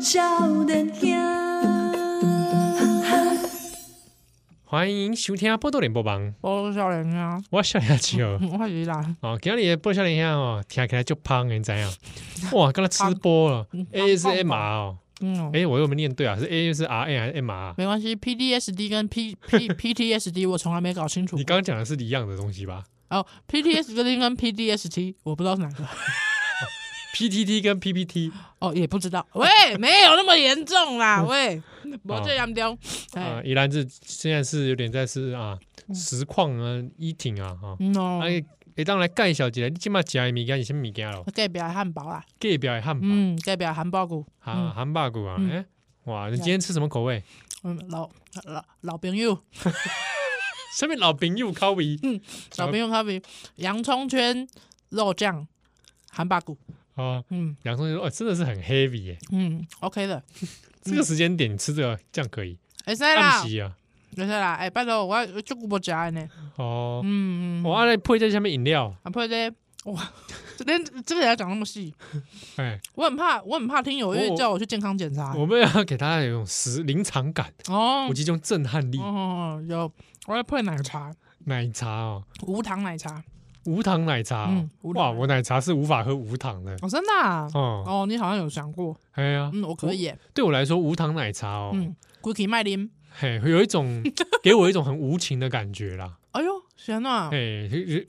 少年兄，欢迎收听《波多连播帮》，我是少年啊，我笑下去 哦。嗯我是啦，哦，今日的波笑脸兄哦，听起来就胖，你知影？哇，跟他吃播了嗯，A 是胖 M R 哦，嗯哦，哎，我又没念对啊，是 A 是 R N 还是 M R？没关系，PDSD 跟 P P PTSD 我从来没搞清楚你刚刚讲的是一样的东西吧哦，PTSD 跟 PDST 我不知道是哪个， ？P T T 跟 P P T 哦也不知道，喂，没有那么严嗯重啦，喂，我这样丢，啊，哎，依然是现在是有点在是啊实况啊一挺啊哈，嗯哦，哎，会当来介绍一下，你即马食的物件是啥物件咯？盖表汉堡啦，隔壁的汉堡嗯，盖表汉堡骨，啊，汉堡骨啊，嗯哎，哇，你今天吃什么口味？嗯，老老老朋友，嗯什么老朋友口味？嗯老朋友咖啡，洋葱圈肉酱汉堡骨，啊，嗯洋葱就说，哦，真的是很 heavy 耶。嗯，OK 的，这个时间点你吃这个，这样可以。哎塞嗯啦暗，时啊，哎塞啦，哎拜托我我就不加呢。哦，嗯，嗯，我来配在下面饮料，啊，不然嘞，哇，这连这个也要讲那么细，哎，我很怕，我很怕听友因为我叫我去健康检查。我们要给大家有一种实临场感，哦哦我，这种震撼力。哦，有，我要配奶茶，奶茶哦，无糖奶茶。无糖奶茶哦嗯，无糖哇，奶我奶茶是无法喝无糖的。哦，真的啊？哦，哦，你好像有想过，哎呀，嗯，我可以耶，对我来说，无糖奶茶哦，嗯，Gucci 麦林，嘿，有一 种给我一种很无情的感觉啦。哎呦，天哪，哎，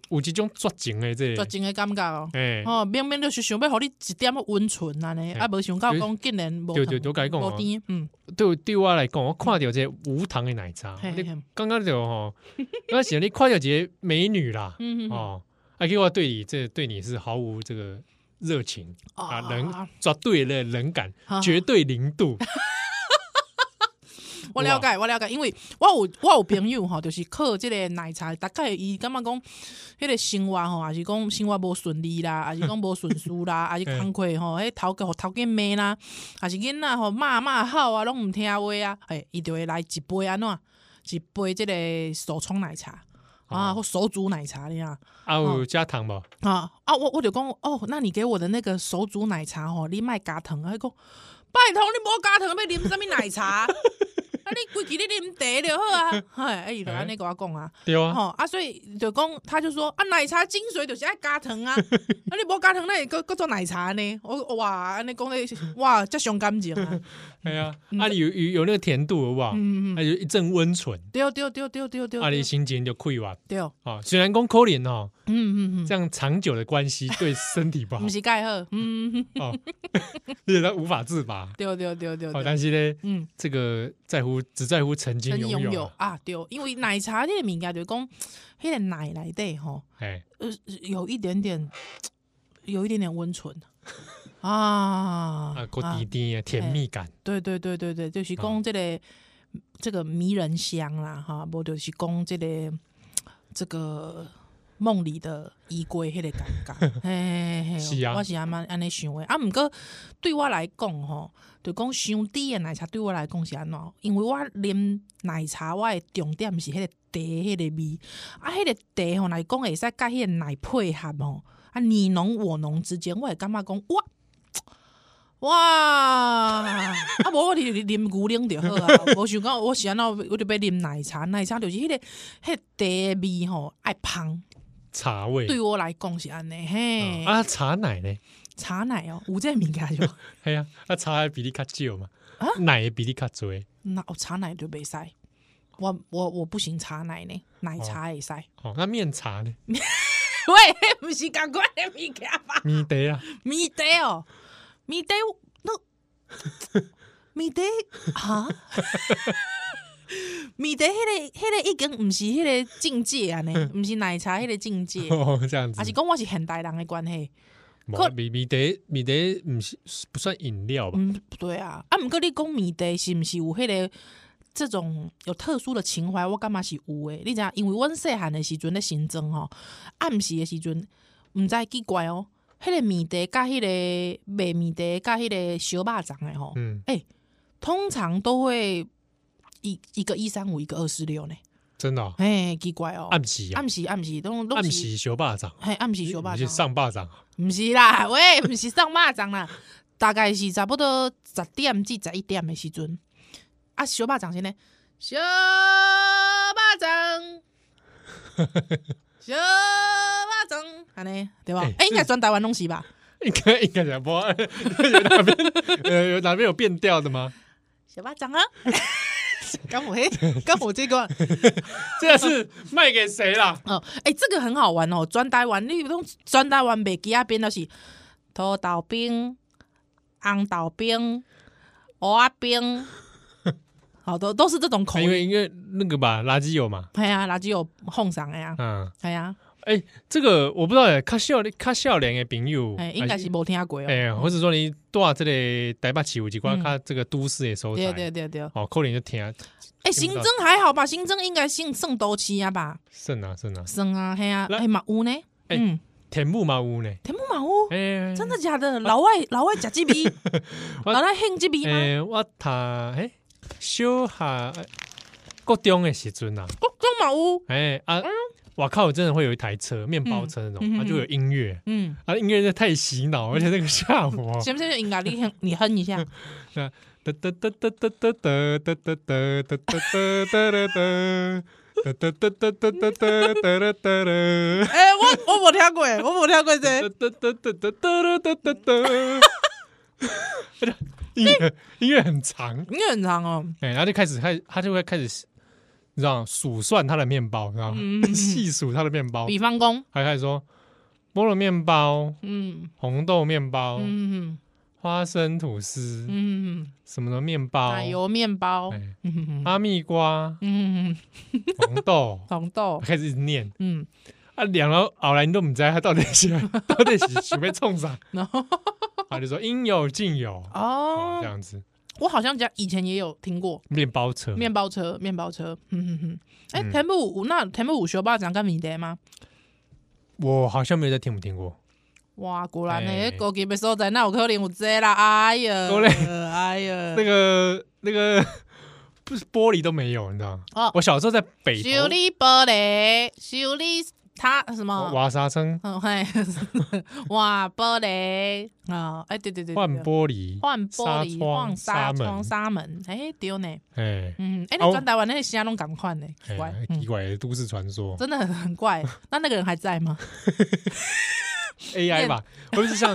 有这种抓情的这绝个，情的感觉哦。哎，哦，明明就是想要互你一点仔温存安尼，嘿啊，无想到讲竟然无对糖，对我跟你讲哦无甜，嗯，对我对我来讲，我看到这个无糖的奶茶，嘿啊嗯你嘿刚刚就吼， 那显你看到一个美女啦，嗯嗯嗯哦，啊，给我对你这对你是毫无这个热情啊，冷绝对的冷感，啊绝对零 度，我了解，我了解，因为我有我有朋友吼，就是靠即个奶茶，大概伊感觉讲，迄个生活吼，还是讲生活无顺利啦，还是讲无顺事啦，还是工课吼，迄头家互头家骂啦，还是囡仔吼骂骂吼啊，拢毋听话啊，诶，伊就会来一杯安怎，一杯即个手冲奶茶啊，哦或手煮奶茶你啊。啊，有加糖无？啊啊！我我就讲哦，那你给我的那个手煮奶茶吼，你卖加糖啊？伊讲拜托你无加糖，要啉什么奶 茶？啊，你规矩你啉茶就好啊！哎，哎，伊就安尼跟我讲啊，对啊，吼啊，所以就讲他就说啊，奶茶精髓就是爱加 糖啊，啊，你无加糖，那会搁搁做奶茶呢？我哇，安尼讲的哇，这伤感 情啊！哎呀，啊，你有有有那个甜度好不好？嗯嗯，嗯那就一阵温存，对对对对对对，啊，你对心情就快完对，啊。虽然讲可怜哦，嗯嗯嗯，这样长久的关 系对身体不好不是盖好，嗯，哦，令人无法自拔。对对对对哦，对，但是呢，嗯。这个在乎只在乎曾经真拥拥有有，啊，对，因为奶茶这个物件就是讲，迄个奶来底吼，哎，呃，有一点点，有一点点温存啊啊，够甜甜的甜蜜感，对对对对对，就是讲嗯这个、这个迷人香啦，哈，无就是讲这个这个梦里的衣柜迄个感觉，嘿嘿嘿，是啊我是安安安尼想的，啊，毋过对我来讲吼，就讲伤甜的奶茶对我来讲是安怎，因为我啉奶茶，我的重点是迄个茶迄个味，啊，迄、个茶吼来讲会使甲迄个奶配合吼，啊，你侬我侬之间，我会感觉讲哇。哇！啊，无我啉啉牛奶就好啊，无想讲我是安怎样，我就要啉奶茶，奶茶就是迄、个迄、个茶味吼，爱芳。茶味。对我来讲是安尼嗯嘿，啊，茶奶呢？茶奶哦、有这个物件就，哎呀，啊，茶的比例较少嘛啊，奶的比例较多。那哦茶奶就袂使。我我我不行茶奶呢，奶茶会使。哦，那面茶呢？ 喂，迄毋是共款的物件吧？米得啊，，米茶哦，米茶那米茶哈， 米茶迄个迄个已经毋是迄个境界安尼，毋是奶茶迄个境 界哦，这样子还。是讲我是现代人的关系？没可米米得米得不是不算饮料吧？嗯，不对啊，啊，毋过你讲米茶是毋是有迄、个？这种有特殊的情怀，我感觉是有诶。你知影，因为阮细汉的时阵咧新增吼，暗时的时阵，毋知奇怪哦，迄、个米茶甲迄个卖米茶甲迄个小肉粽诶吼，嗯，哎通常都会一一个一三五，一个二四六呢。真的哦。哎，奇怪哦，暗喜啊，暗时暗时拢拢暗是，喜小霸掌，嘿，暗时小巴不是掌，上霸掌啊。 毋是啦，喂，毋是上巴掌啦。大概是差不多十点至十一点的时阵，啊，小巴掌先呢，小巴掌，小巴掌，安尼对吧？哎、欸应该全台湾拢是吧？应该应该讲不， 有哪边 呃有哪边有变调的吗？小巴掌啊， 刚我嘿，刚我这个。这是卖给谁啦？哦，哎、这个很好玩哦，转台湾，你拢转台湾袂记啊，变都是土豆冰、红豆冰、蚵仔 冰，好多都是这种口因为音。因为那个吧，垃圾有嘛，哎呀，垃圾有哄上的呀，嗯，哎呀，哎、这个我不知道哎，较少较少年的朋友，哎，应该是无听过哦。哎、或者说你到这里台北市有几关，嗯看这个都市的收对台，对对对，哦，扣零就听哎，新增还好吧？新增应该姓圣都市啊吧？剩啊剩啊，圣啊，嘿啊，来哎嘛有呢，哎嗯，田木嘛有呢，田木嘛有，哎、真的假的？老外老外食这味， 我老外兴这味吗？哎、我读哎小下高中的时阵啊，国中嘛有，哎、啊，我靠，真的会有一台车，面包车那种，嗯嗯嗯它、就有音乐。嗯，啊，音乐真的太洗脑，而且那个吓我！ 行不行？应该你哼，你哼一下。哒哒哒哒哒哒哒哒哒哒哒哒哒哒哒。哒哒哒哒哒哒哒哒哒哒哒，哎、我我无听过，我无听过这 哒哒哒哒哒哒哒哒哒。音乐音乐很长，你很长哦。哎，然后就开始开，他就会开始，你知道数算他的面包，你知道吗？细数他的面包，比方讲，还开始说菠萝面包、嗯红豆面包、嗯花生吐司嗯嗯，什么的面包，奶油面包，哎嗯哈密瓜、嗯，红豆，红豆，开始一直念嗯，啊，两了后来你都唔知道他到底是到底是准备冲啥，然后他就说应有尽有哦，这哦，样子我好像讲以前也有听过面包车，面包车，面包车，嗯嗯嗯。哎、嗯田木五那田木五学霸长跟米德吗？我好像没有在听没听过，哇，果然呢、哎欸，高级的所在，那有可能有这啦，哎呀果，哎 呀，那个那个不是玻璃都没有，你知道吗？哦我小时候在北修投理玻璃，修理他什么？瓦沙村嗯，嘿， 哇，玻璃啊，哎，对对对，对换对玻璃，换玻璃，纱窗换纱纱门窗、纱门，哎，对呢，哎嗯，啊哎，你我转台湾那些其他拢赶快呢，奇怪，哎，奇嗯，怪的都市传说真的很很 怪。那那个人还在吗？ AI 吧，会不会是 像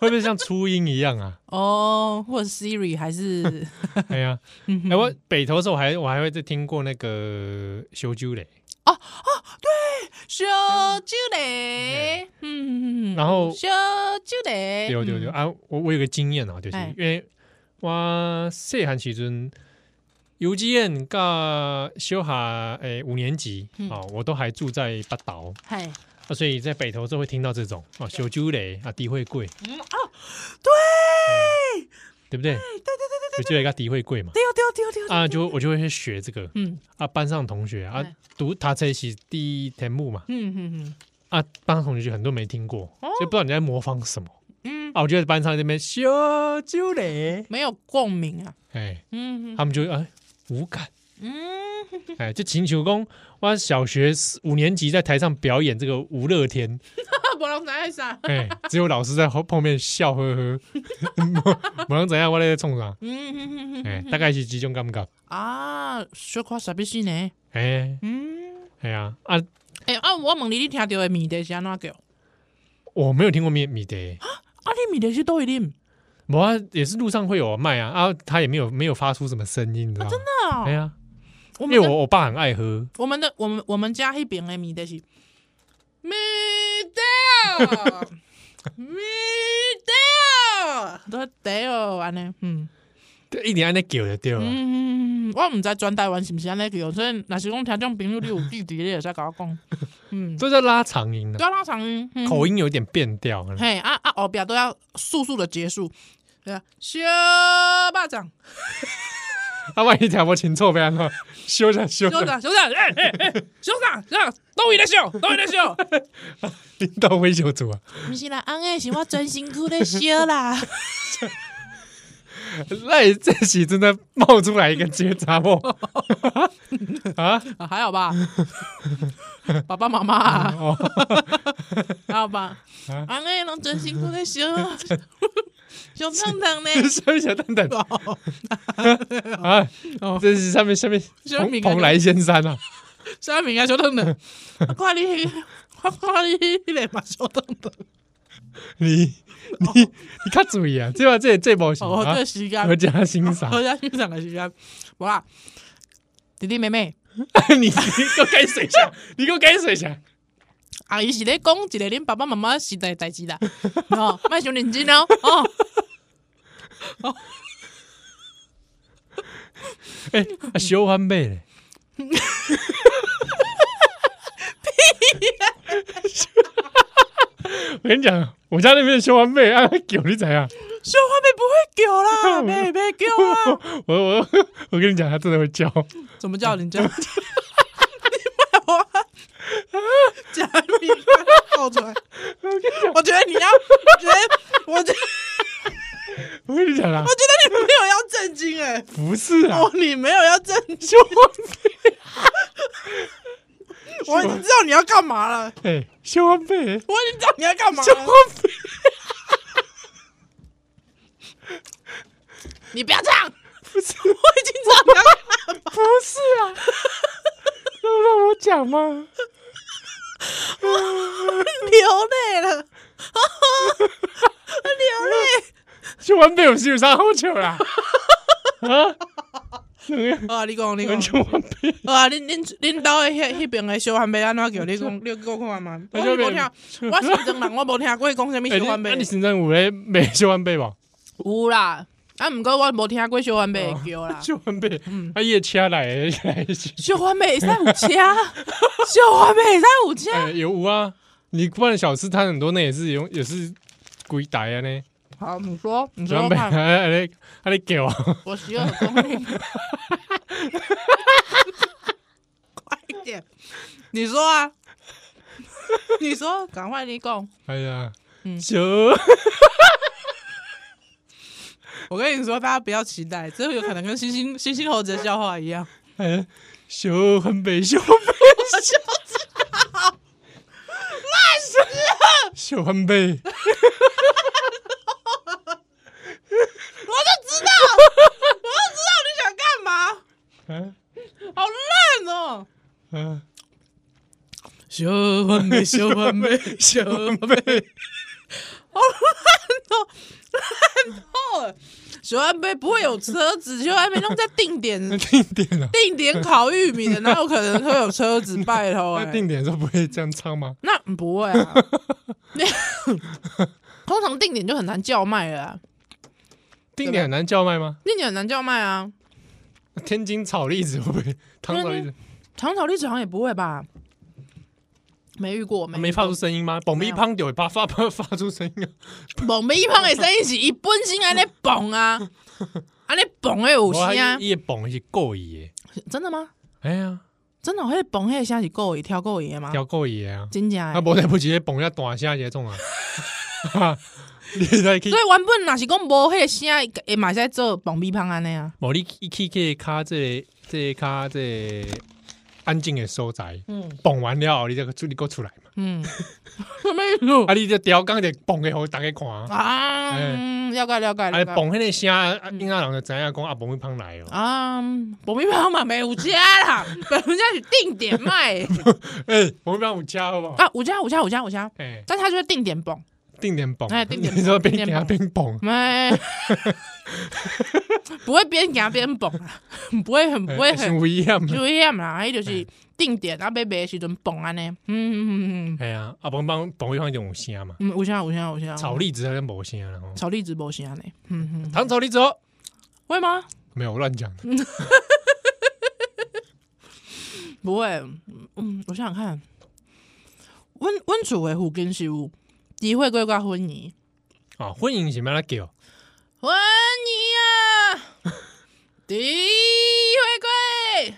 会不会像初音一样啊？哦，或者 Siri 还 是哎呀，嗯哎，我北投的时候我还我还会在听过那个修啾嘞。小九嘞？嗯，嗯嗯然后小九嘞，对对对嗯，啊，我我有个经验啊，就是哎因为我细汉时阵幼稚园甲小学诶五年级嗯啊，我都还住在北岛嘿，啊，所以在北投就会听到这种啊，小酒雷啊，低会贵，嗯啊，对哦哎不对？对对对对对，酒雷跟低会贵嘛丢丢丢丢，啊，就我就会去学这个嗯啊，班上同学啊哎，读他这是第一天幕嘛嗯嗯嗯啊，班上同学就很多没听过，哦所以不知道你在模仿什么嗯，啊，我就在班上那边小酒雷，没有共鸣啊，哎，嗯嗯他们就哎无感。嗯，哎，就请求公，我小学四五年级在台上表演这个吴乐天，啊不然哪会啥？哎，只有老师在后后面笑呵呵， 我能怎样，我在冲啥？嗯嗯嗯嗯哎嗯，，大概是几种感觉，啊，小可傻逼死呢。哎嗯，哎呀啊，哎、啊，我问你，你听到的米德是安怎叫？啊，我没有听过米米的，你米德是多一点？我啊也是路上会有卖啊，啊，他也没有没有发出什么声音，你知啊道吗？那哎呀，哦我因们为的我我爸很爱喝，我们的我们我们家那边的米德是米德米德，都得哦，安尼，嗯对一点爱那狗的对吧？嗯，我唔知转台湾是不是安尼叫，所以若是讲听众朋友你有记住，你也使甲我讲，嗯，这叫拉长音的，对啊，拉长音，嗯口音有点变调，嘿啊啊，后边都要速速的结束，对啊，小巴掌。啊，万一听不清楚，不然 说修着修兄着，长，兄长，哎哎哎，兄长，兄长，都伊咧笑，都伊咧笑。你到维修组啊？不是啦，安诶，是我专心苦咧笑啦。赖这时真的冒出来一个结扎莫 啊！啊还好吧，爸爸妈妈啊哦，还好吧？安诶，拢专心苦咧笑啊。熊胖胖呢？上面小蛋蛋哦 啊，哦这是上面下面下面蓬蓬莱仙山啊，啥物啊？小灯灯，我看你那个，我看你迄个嘛，小灯灯。你你你较注意啊，这把这这无是哦，啊这哦个，时间，合家欣赏，我家欣赏的时间，无啦，弟弟妹妹， 你你给我改水下，你给我改水下，阿姨是咧讲一个恁爸爸妈妈时代代志啦，哦，莫伤认真哦，哦，哎，啊小翻倍嘞， 我跟你讲，我家那边的修完妹啊，狗你怎样？小花妹不会叫啦，妹妹叫啊， 我我我跟你讲，它真的会叫。怎么叫人家？你把我啊假米倒出来，我觉得你要，我觉得，我觉得，我跟你讲啦我，觉得你没有要震惊哎、不是啊，哦，你没有要震惊，我已经知道你要干嘛了，哎，修完妹，我已经知道你要干嘛修完了，妹，你不要这样，不是我已经知道你要 干嘛了。不是啊，要让我讲吗？流泪了，流泪。修完妹，我是有啥好笑啦？啊，怎么样？啊，你讲，你完讲，全完美， 啊，恁恁恁兜的迄迄边的小番麦安怎叫？你讲， 你讲看嘛。我是无听，我是真人，我无听过讲啥物哎，小番你麦那。你身上有咧 没修完妹吧？有啦，啊，毋过我无听过小番麦的叫啦。修完妹，嗯啊，夜车来的来的是， 小番麦会使有车，小番麦会使有车。哎， 有有啊，你办小吃摊很多，那也是用也是鬼台啊呢。好，你说，你修完说妹，看，还还还得啊给我。 我十二公 里。快点，你说啊， 你说，赶快你讲。哎呀，嗯修。我跟你说，大家不要期待，这有可能跟星星星星猴子的笑话一 样。哎，修很北，修很北，笑死！修很北， 我就知道，我就知道你想干嘛，啊好烂哦！啊，小完美，小完美，小很北， 哦！小完美不会有车子，小完美弄在定那点 定点啊，定点烤玉米的，哪有可能会有车子？拜托、 那欸，定点的时候不会这样唱吗？那不会 啊。通常定点就很难叫卖了、啊，定点很难叫卖吗？定点很难叫卖啊。天津炒栗子会不会？糖炒栗子糖炒栗子好像也不会吧？没遇啊过，没啊没发出声音吗？嘣一砰丢，把发发发出声音啊！蹦被一旁的声音是伊本身安尼蹦啊，安尼蹦的 有声啊，一嘣是够野，真的吗？哎呀，真的，迄哦个蹦迄个声是够伊跳够伊的吗？要够野啊！真正啊，的。无来不及嘣一下短下一种啊！哈， 你来去所，以原本若是讲无迄个声，会嘛是在做蹦米芳安尼啊。无你一去去卡这这卡这安静的所在。嗯蹦完了后，你再出你给我出来嘛？嗯，什么意 思啊，你这雕钢就蹦给互大家看，啊， 啊？嗯了解了解了解。蹦迄个声，哎啊，囡嗯仔人就知影讲啊，蹦会胖来哦。啊，蹦米芳嘛没有家啦， 本人家是定点 卖哎，蹦会胖有车好不好？啊，有家有家有家有家，哎，但他就是定点蹦。定点蹦，哎定点 蹦你说边给定点他蹦边蹦， 没，不会边行边蹦啦，不会哎很不会很不一样。就险啦，迄就是定点啊，要卖的时阵蹦安尼，嗯嗯嗯嗯哎呀，啊，蹦蹦蹦会胖就有声嘛，嗯，有啥有啥有啥，炒栗子好像无声了哦。炒栗子无啥呢，嗯嗯，糖炒栗子哦，会吗？没有我乱讲的，不会，嗯，我想想看，阮阮厝的附近是有机会过甲婚姻，啊，婚姻是咩来叫？婚 姻啊，第一回归，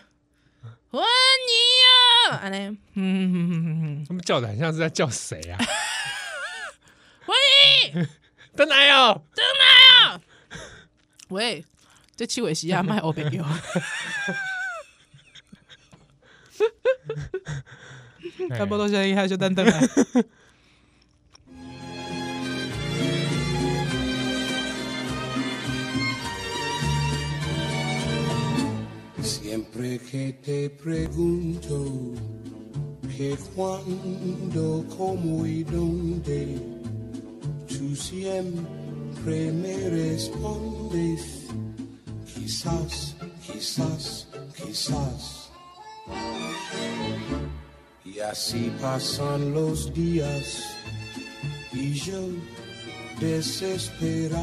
婚姻啊，安尼，嗯嗯嗯嗯嗯。他们叫的很像是在叫谁啊？ 婚姻，等来哦，喂，这七尾西亚卖欧北 哎油，差不多现在一下就 等等了。 Siempre que te pregunto que cuándo, cómo y dónde, tú siempre me respondes. Quizás, quizás, quizás. Y así pasan los días y yo desesperado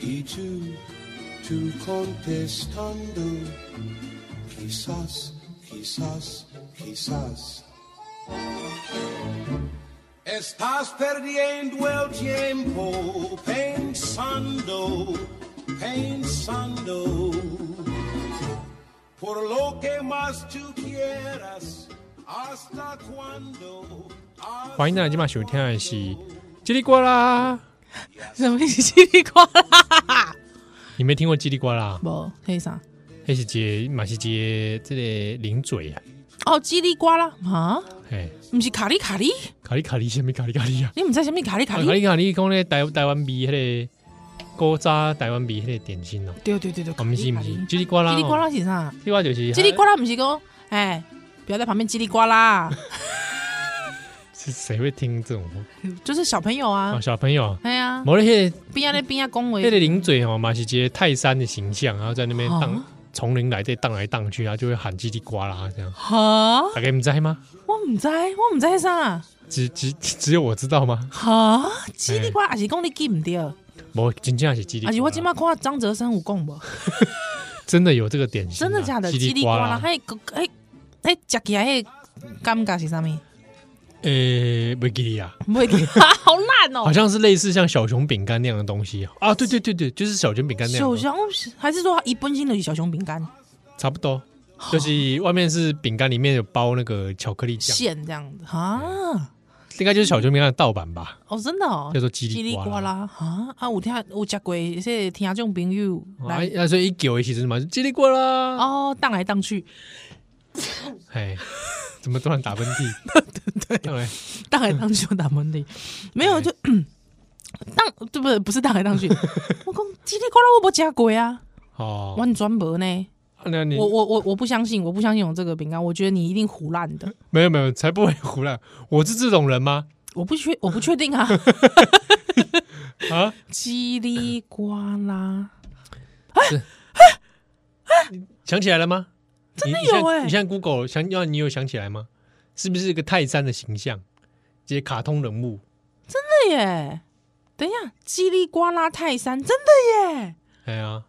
y tú, tú contestando quizás, quizás, quizás. Estás perdiendo el tiempo pensando, pensando. Por lo que más tú quieras, hasta cuándo. 欢迎大家今晚收听的是《叽里呱啦》，什么是叽里呱啦？ 你没听过《叽里呱啦无，迄啥？》？那是接马是接这个零嘴啊，哦，叽里呱啦，哈，哎，毋是卡里卡里，卡里卡里什么卡里卡里啊？你毋知啥物卡里卡啊里卡？里卡里讲咧台台湾味迄个古早台湾味迄个点心哦，对对对对，啊不是卡不是里卡里叽里呱啦叽里呱哦，啦是啥？叽里呱啦就是叽里呱啦毋是讲，哎，不要在旁边叽里呱 啦，是谁会听这种话就是小朋友啊啊？，小朋友啊，哎呀，无咧迄个边啊咧边啊恭迄维，个零嘴吼，哦嘛是一个泰山的形象，然后在那边荡啊丛林来这荡来荡去，然后就会喊叽里呱啦这样，哈，大家唔知吗？我毋知，我毋知啥，只只只有我知道吗？ 哈，叽里呱啦，还是讲你记毋着，无，真正是叽里呱还啦，是我今麦看张哲生有讲 无？真的有这个点心啊，真的假的？叽叽里里呱呱啦，啦，还还还食起来迄感觉是啥物？诶，不记得啊，袂记 得，好烂好哦！像是类似像小熊饼干那样的东西啊，对对对对，就是小熊饼干那样小的，熊还是说它一本身就是小熊饼干差不多，就是外面是饼干，里面有包那个巧克力酱，馅这样子啊？应该就是小熊饼干的盗版吧，哦，真的哦，叫做叽叽里里呱呱啦。啦啊啊！有听有食过这些听众朋友啊来啊，所以一给我一起是嘛，叽里呱啦，哦，荡来荡去， 哎，怎么突然打喷嚏？对对，荡来荡去，我打喷 嚏，没哎有就 荡，对不对？不是荡来 荡去，我讲叽里呱啦，我无食过啊，哦，完全无呢。那你我我我我不相信，我不相信有这个饼干，我觉得你一定胡烂 的。没有没有，才不会胡乱，我是这种人吗？我不确我不 确定啊，啊，叽里呱啦，想起来了吗？真的有欸你现在 Google 想要你有想起来吗？是不是一个泰山的形象，这些卡通人物？对耶！等一下，叽里呱啦泰山，真的耶！哎呀，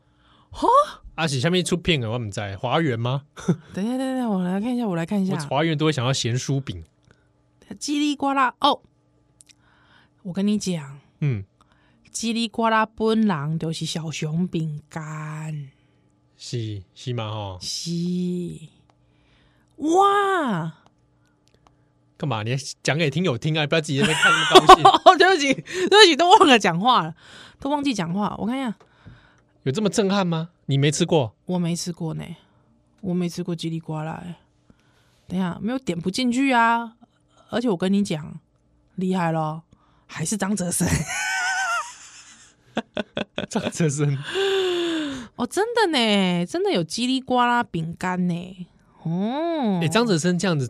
哈，阿喜下面出片了，我们在华园吗？等一下，等一下，我来看一下，我来看一我下，华园都会想到咸酥饼。叽里呱啦哦，我跟你讲，嗯，叽里呱啦本人就是小熊饼干，是是嘛哈？是哇！干嘛？你讲给听友听啊，不要自己在那边看那么高兴。哦，对不起，对不起，都忘了讲话了，都忘记讲话。我看一下，有这么震撼吗？你没吃过？我没吃过呢，我没吃过叽里呱啦、欸。等一下，没有点不进去啊！而且我跟你讲，厉害咯，还是张哲生张哲生， 哦，真的呢，真的有叽里呱啦饼干呢。哦， 哎，张哲生这样子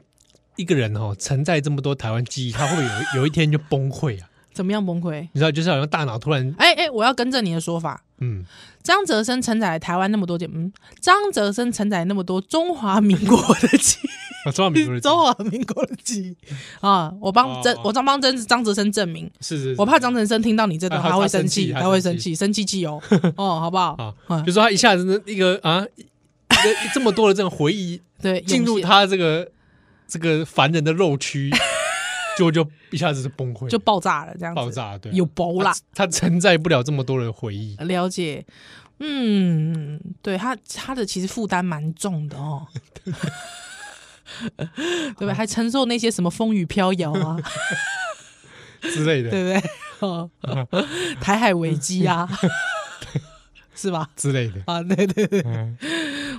一个人哦，承载这么多台湾记忆，他会不会有有一天就崩溃啊？怎么样崩溃？你知道，就是好像大脑突然，哎哎，我要更正你的说法。嗯，张哲生承载了台湾那么多件，嗯，张哲生承载那么多中华民国的记忆我啊中华民族的记忆中华民国的记忆啊！我帮哦郑哦，我张帮郑张哲生证明，是是是，我怕张哲生听到你这段，啊他他会他生生气气，他他会生生气气，生 气气哦，哦，好不好啊？嗯就说他一下子那一个啊，一个这么多的这种回忆对，进入涌现他这个这个凡人的肉躯，就就一下子就崩溃，就爆炸了，这样子爆，炸，对，有薄啦他，他承载不了这么多的回忆，了解。嗯，对他他的其实负担蛮重的哦， 对吧？还承受那些什么风雨飘摇啊，之类的， 对不对？哦，台海危机啊， 是吧？之类的。啊，对对对，嗯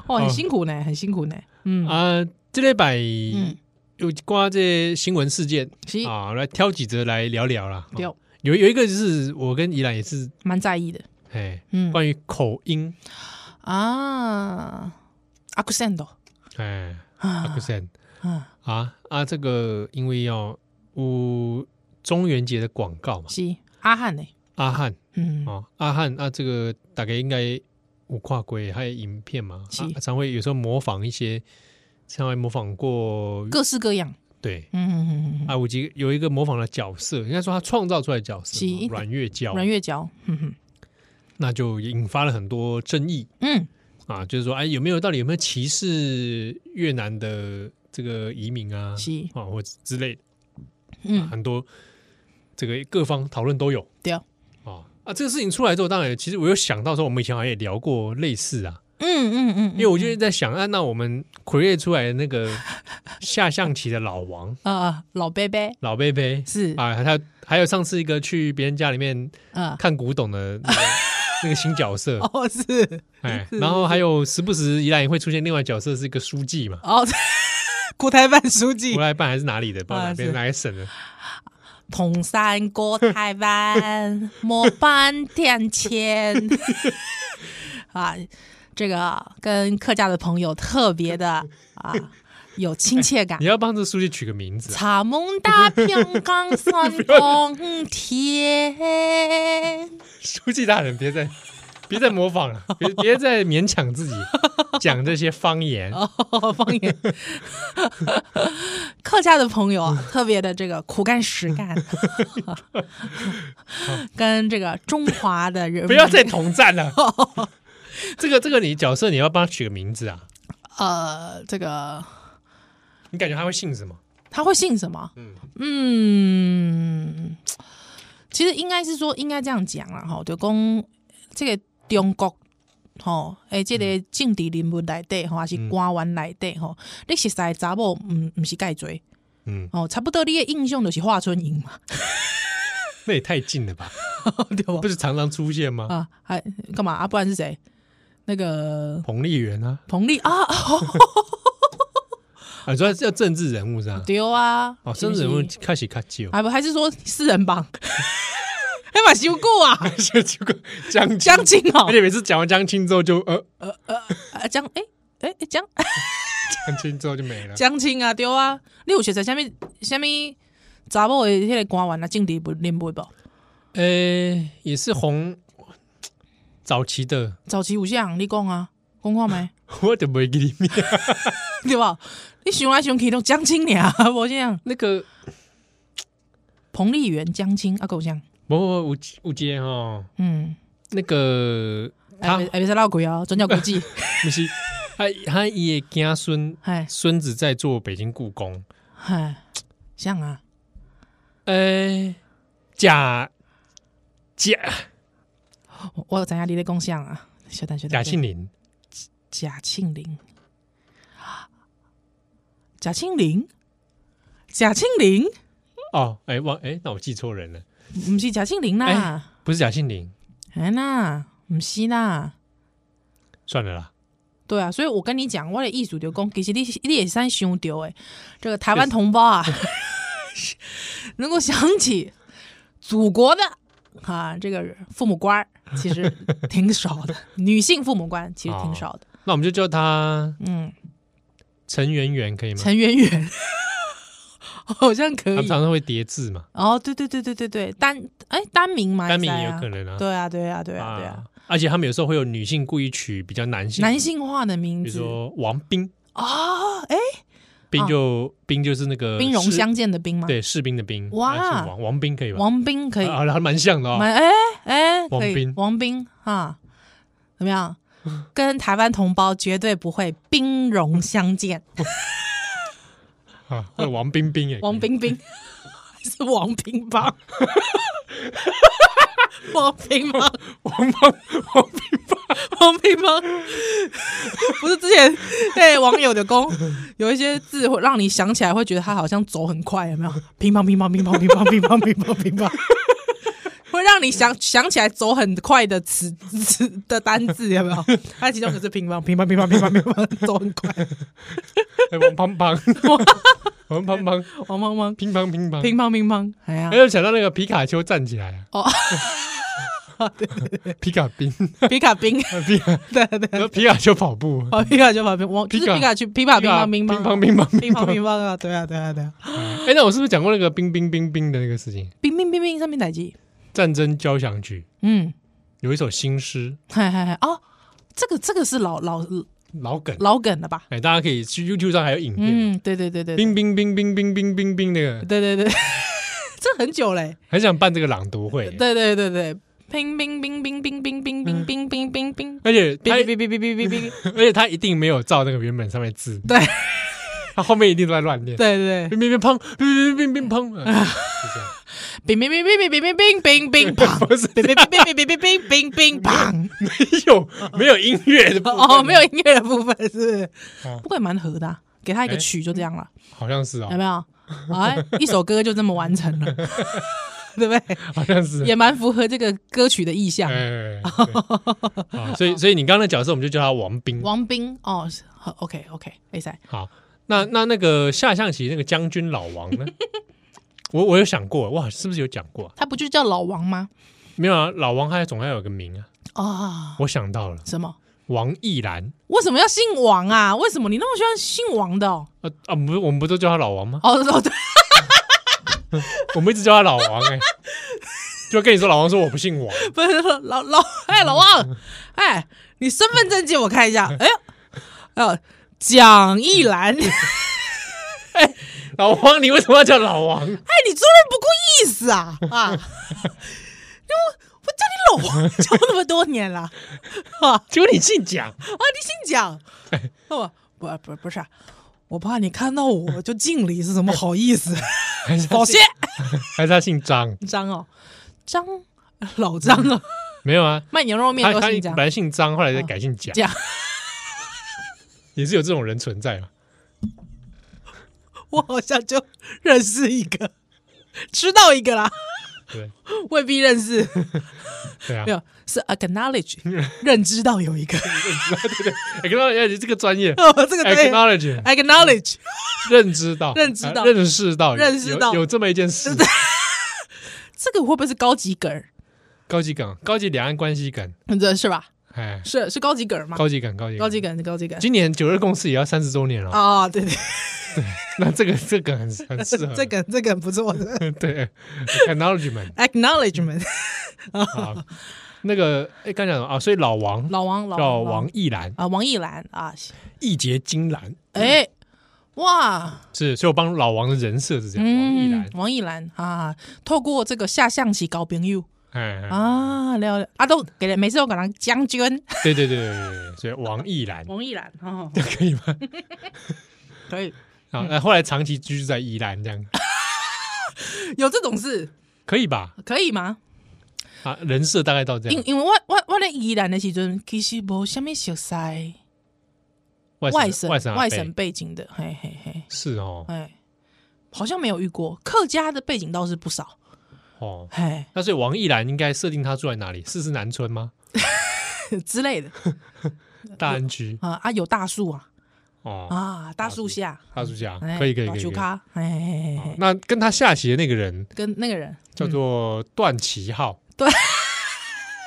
哦，哦很辛苦呢，很辛苦呢。嗯 啊，这礼拜嗯，有关这新闻事件是啊，来挑几则来聊聊啦。啊聊有有一个就是我跟怡兰也是，蛮在意的。哎，嗯关于口音，啊，阿克森的，哎，阿啊克森嗯，啊啊，这个因为要有中元节的广告嘛，是阿汉呢，阿汉嗯，哦，阿汉啊，这个大概应该有跨规，还有影片嘛，是啊、常会有时候模仿一些，常会模仿过，各式各样，对。嗯嗯嗯嗯啊，我记有一个模仿的角色，应该说他创造出来的角色是嘛，阮月娇嗯，，阮月娇，嗯哼，那就引发了很多争议嗯，啊，就是说，哎，有没有到底有没有歧视越南的这个移民啊，是，啊，或之之类的，啊嗯，很多这个各方讨论都有对，嗯啊。啊，这个事情出来之后，当然，其实我有想到说，我们以前好像也聊过类似啊，嗯嗯嗯，因为我就在想，啊，那我们 create 出来的那个 下象棋的老王、啊老伯伯老贝贝是啊，还有还有上次一个去别人家里面啊，看古董的那个那 个新角色，哦是，哎，然后还有时不时依然也会出现另外角色是一个书记嘛，哦，国台办书记国，台办还是哪里的，不知道啊哪边是哪个省的，同山过台湾，模板天签 啊，这个跟客家的朋友特别的啊有亲切感 你。要帮这书记取个名字啊，茶梦大平冈山公天，书记大人别再别再模仿 了，别别再勉强自己讲这些方言，哦，方言，客家的朋友啊，特别的这个苦干 实干， 跟这个中华的人民不要再同战了。哦这个这个你角色你要帮他取个名字啊，呃这个你感觉他会姓什么？他会姓什么？嗯嗯，其实应该是说，应该这样讲啦，吼，就讲这个中国，吼，诶，这个政治人物内底，嗯吼，还是官员内底，吼，你实在查某，毋毋是介侪，嗯，吼，差不多你的印象就是华春莹嘛， 那也太近了吧？对不不？是常常出现吗？啊，还干嘛啊？不然是谁？那个彭丽媛啊，彭丽啊，啊，你说要政治人物是吧？对啊，哦，是政不治是啊人物开始看久， 还不还是说四人帮？ 哎嘛，修过啊，结果江江江，青哦而，且每次讲完江青之后就呃，啊江，哎哎江。江青之后就没了。江青啊，对啊，你有学在啥物啥物查某的迄个官员啊，政治不人物无？呃，也是红早期的， 早期有啥人你讲啊，讲看没？我就没给你面 对吧？你想来想去都江青俩，无这样。那个。彭丽媛、江青啊，够像，不不不，有有接哦，嗯，那个哎他别哎别再闹鬼哦，转角国 际，不是他他也家孙哎孙子在做北京故宫，哎，像啊，呃，贾贾我我知影你咧讲像啊，小等小等，贾庆林，贾庆林， 贾庆林，贾庆林，哦，哎忘哎，那我记错人了，毋是贾庆林啊啦哎。不是贾庆林，哎呐，唔是啦，算了啦，对啊，所以我跟你讲，我的意思就讲，其实你你也算想到诶，这个台湾同 胞啊，能够想起祖国的啊，这个父母官儿其实挺少 的，女性父母官其实挺少的，那我们就叫他嗯，陈圆圆可以吗？陈圆圆好像可他以们，常常会叠字嘛，哦，对对对对对对，单哎单名嘛，单名也也有可，能啊，对啊对啊对啊对啊，，而且他们有时候会有女性故意取比较男性，男性化的名比如字说王冰，啊，哎，冰哦就冰就是那个兵戎士相见的兵吗？对，士兵的兵，哇啊是王王兵可以吧？王斌可以，啊，还蛮像的哦。蛮哎哎，可王以斌，王斌啊，怎么样？跟台湾同胞绝对不会兵戎相见，啊，或者王冰冰也可以王，冰冰还是王乒乓，王乒乓，王邦，王冰王乒乓，不是之前对网友的攻，有一些字会让你想起来，会觉得他好像走很快，有没有？乒乓乒乓乒乓乒乓乒乓乒乓乒乓，会让你想想起来走很快的词词的单字，有没有？它其中可是乒乓乒乓乒乓乒乓乒乓，走很快，哎王胖 胖，王胖胖，王乓乓，乒乓乒乓。乒乓乒乓，哎呀，哎，我想到那个皮卡丘站起来啊，哦， 皮卡兵，皮卡兵，皮卡， 对对对，皮卡丘跑步，哦，皮卡丘跑兵，我就是皮卡皮卡丘，皮卡乒乓乒乒乓乓，乒乓乒乓乓。乒乓啊，对啊对啊对啊，哎，那我是不是讲过那个冰冰冰冰的那个事情？乒乒乒乒上面代志，战争交响曲嗯，有一首新诗，嗨嗨嗨，哦，这个这个是老老老梗，老梗了吧？哎，大家可以去 YouTube 上还有影片。嗯，对对对对，对冰冰冰冰冰冰冰冰那个，对对，这很久嘞，很想办这个朗读会，对对对对，乒乒乒乒乒乒乒乒乒乒乒乒。而且他哔哔哔哔哔哔哔，而且他一定没有照那个原本上面字，对，他后面一定都在乱念，对对，啊乒乒乒乓，乒乒乒乒乓，呃是这样。 乒乒乒乒乒乒乒乒乒乓，不是乒乒乒乒乒乒乒乒乒乓。没有没有音乐的部分哦，没有音乐的部分是哦，不过也蛮合的啊，给他一个哎曲就这样了，好像是有哦，没有？哎，一首歌就这么完成了， 对不对？好像是。也蛮符合这个歌曲的意象。哎，对好所以所以你刚刚的角色，我们就叫他王兵。王斌哦是好，OK OK，哎塞，好，那那那个下象棋那个将军老王 呢？我我有想过，哇，是不是有讲过啊？他不就叫老王吗？没有啊，老王他总要有个名啊。啊，我想到了，什么？王毅然为什么要姓王啊？为什么你那么喜欢姓王的哦？啊啊，不是，我们不都叫他老王吗？哦哦对，我们一直叫他老王哎、就跟你说老王说我不姓王，不是老老哎老王，哎你身份证借我看一下。哎呦，哦蒋一兰，哎老王你为什么要叫老王？哎你做人不顾意思啊 啊！我我叫你老王叫那么多年了， 啊结果你姓蒋，啊，你姓蒋？哦，不不不是，我怕你看到我就敬礼，是怎么好 意思？还是他保姓鲜还是他姓张？张哦，张老张啊，没有啊，卖牛肉 面他都他姓本张。哦来姓张，后来再改姓蒋，蒋， 也是有这种人存在嘛。我好像就认识一个，知道一个啦，对未必认 识，对啊没，有是 acknowledge 认知到有一个， 哎，跟到哎这个专业哦，这个 对 acknowledge acknowledge 认知到认知到啊认识到认识到有有这么一件事，这个会不会是高级梗儿？嗯高级梗，高级两岸关系梗，这是吧？哎，是是高级梗儿吗？高级梗，高级高级。梗，高级梗。今年九二共识也要三十周年了，啊，对对， 那这个这个很很适合 这个这个很不错的 对 acknowledgement acknowledgement。啊，那个哎，刚讲什么啊，所以老王老王，老叫王王毅然，啊，王一兰啊，义结金兰哎，哇，是，所以我帮老王的人设是这样，王毅嗯然，，王一兰啊，透过这个下象棋搞朋友哎，哎啊，了解啊，都给人每次都给人将军对对对对对对对，所以王毅然 王一兰哦，可以吗？ 可以啊，那后来长期居住在宜兰，这样有这种事可以吧？可以吗？啊，人设大概到这因样。因为我我我咧宜兰的时阵，其实无虾米熟悉外外省省外省外外省省背景的，嘿嘿嘿，是哦哎，好像没有遇过客家的背景倒是不少，哦。 嘿那所以王毅然应该设定他住在哪里？四是南村吗？之类的大安区啊啊，有大树啊哦，啊，大树下，大树下哎可以可以老可以球可以。咖，哎哎哎哎，那跟他下棋的那个人 跟那个人叫做段祺浩，段，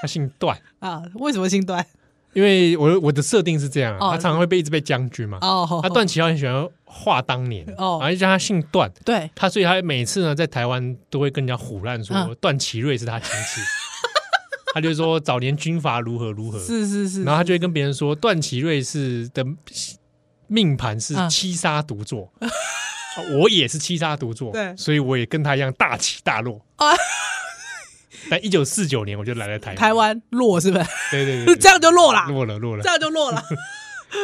他姓段，啊，为什么姓段？因为我我的设定是这样啊，哦他常常会被一直被将军嘛。哦，好他段祺浩很喜欢画当年哦然后就叫他姓段，对，他所以他每次呢在台湾都会跟人家胡乱说嗯段祺瑞是他亲 戚，他就说早年军阀如何如何，是是是，然后他就会跟别人说段祺瑞是的命盘是嗯七杀独坐，啊我也是七杀独坐，对所以我也跟他一样大起大落啊。 但一九四九年我就来了台台，湾落是不是？ 对对对对，这样就落啦，落了落了这，样就落啦。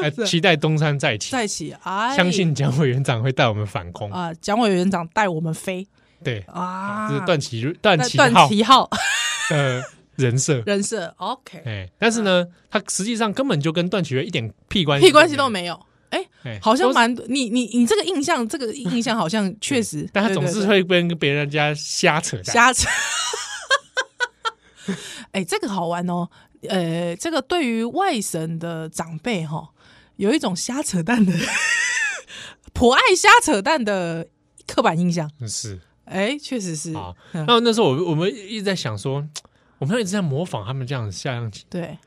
哎期待东山再起，在一起，哎，相信蒋委员长会带我们反攻。啊，蒋委员长带我们飞对，啊，这是段祺瑞段那祺段浩祺浩呃人设。 人设，OK，哎，但是呢，他实际上根本就跟段祺瑞一点屁关系屁关系都没有。哎，哎好像都是蛮你你你这个印象，这个印象 好像确实，但他对总对是对会跟别人家瞎扯淡。瞎扯。哎，这个好玩哦。呃，这个对于外省的长辈哈、有一种瞎扯淡的颇爱瞎扯淡的刻板印象。嗯是哎，确实是啊， 嗯那那时候我们我们一直在想说，我们一直在模仿他们这样下样子，对，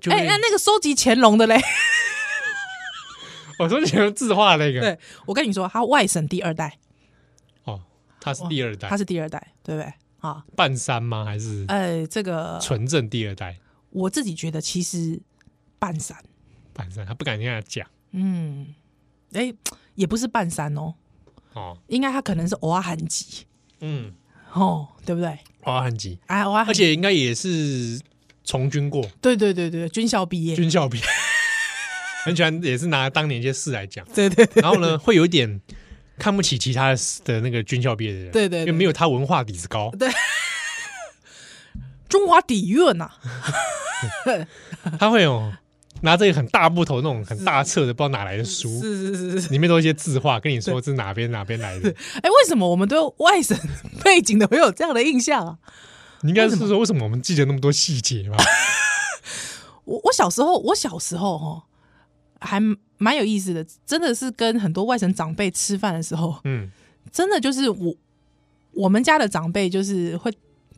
就哎、会那那个收集乾隆的 嘞，我说你们字画那个，对我跟你说，他外省第二代，哦，他是第二代他，是第二代，对不对？啊，半山吗？还是呃，这个纯正第二代？我自己觉得其实半山，半山，他不敢跟他讲嗯，哎、也不是半山哦，哦，应该他可能是偶尔韩籍嗯，哦，对不对？哇，很急，哎，偶尔而且应该也是从军过，对对对对，军校毕业，军校兵， 很喜欢，也是拿当年一些事来讲。对对对然后呢，会有一点看不起其他的那个军校毕业的人，对对因对为没有他文化底子高，中华底啊蕴呐、他会有拿着一个很大部头那种很大册的，不知道哪来的书，是是是是。里面都有一些字画，跟你说这是哪边哪边来的。哎、为什么我们对外省 背景的会有这样的印象啊？你应该是说为什么我们记得那么多细节 吧？我我小时候，我小时候哈，还蛮有意思的，真的是跟很多外省长辈吃饭的时候，嗯，真的就是我我们家的长辈就是会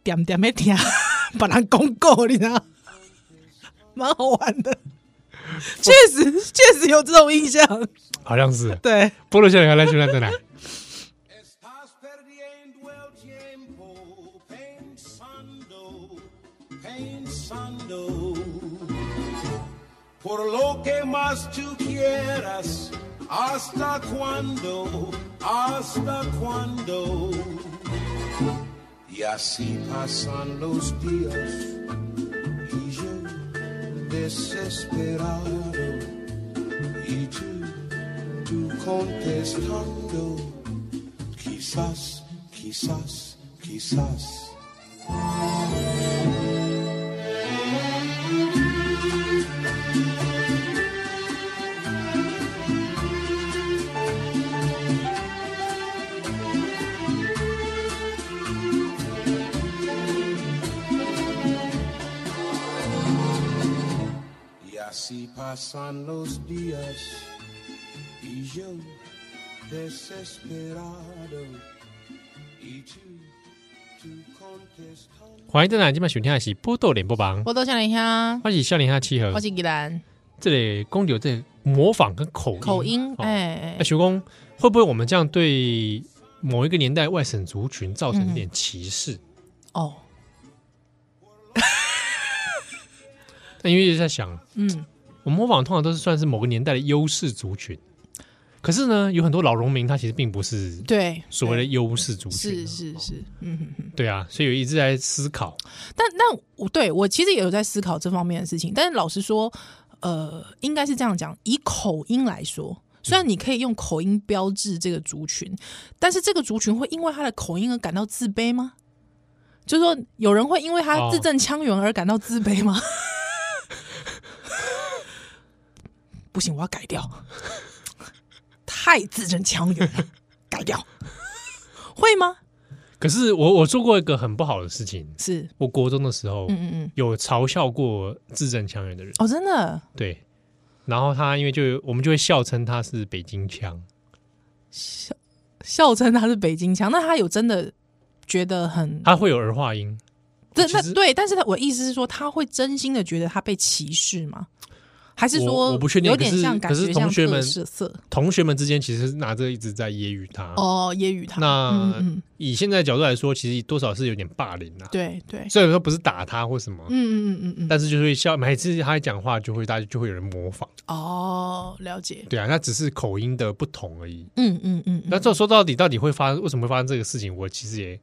点点没听，把人公够，你知道，蛮好玩的。确实，确实有这种印象。好像是对，菠萝小女孩来去来在哪？ Estás perdiendo el tiempo pensando, pensando. Por lo que más tú quieras, hasta cuándo, hasta cuándo. Y así pasan los días y yo desesperado y tú, tú contestando. Quizás, quizás, quizás. Y así pasan los días y yo desesperado y tú, tú contestando. 欢迎在哪？今晚收听的是波豆脸波榜，我都想了一下，欢喜笑脸下七和我，是吉兰这里公牛这模仿跟口音口音，哦哎、那徐工会不会我们这样对某一个年代外省族群造成一点歧视？哦，但因为一直在想，嗯，我们模仿通常都是算是某个年代的优势族群，可是呢，有很多老农民他其实并不是对，所谓的优势族群是啊，是是，嗯哼哼。对啊，所以我一直在思考，但但我对我其实也有在思考这方面的事情，但是老实说，呃，应该是这样讲，以口音来说。虽然你可以用口音标志这个族群，但是这个族群会因为他的口音而感到自卑吗？就是说，有人会因为他哦字正腔圆而感到自卑吗？ 不行，我要改掉，太字正腔圆了，改掉， 会吗？可是我我做过一个很不好的事情，是，我国中的时候、嗯嗯嗯，有嘲笑过字正腔圆的人，哦，真的，对，然后他因为就我们就会笑称他是北京腔。笑称他是北京腔，那他有真的觉得很他会有儿化音，这其那实对，但是他我意思是说，他会真心的觉得他被歧视吗？还是我说我不确定有可点是像感可是觉同像学特们嗯色色同学们之间其实是拿着一直在揶揄他。哦，揶揄他。嗯那嗯嗯，以现在角度来说，其实多少是有点霸凌啊。对对，虽然说不是打他或什么，嗯嗯嗯嗯嗯，但是就是会笑，每次他一讲话就会大家就会有人模仿。哦，了解。对啊，那只是口音的不同而已。嗯嗯嗯，嗯那这说到底，到底会发为什么会发生这个事情，我其实也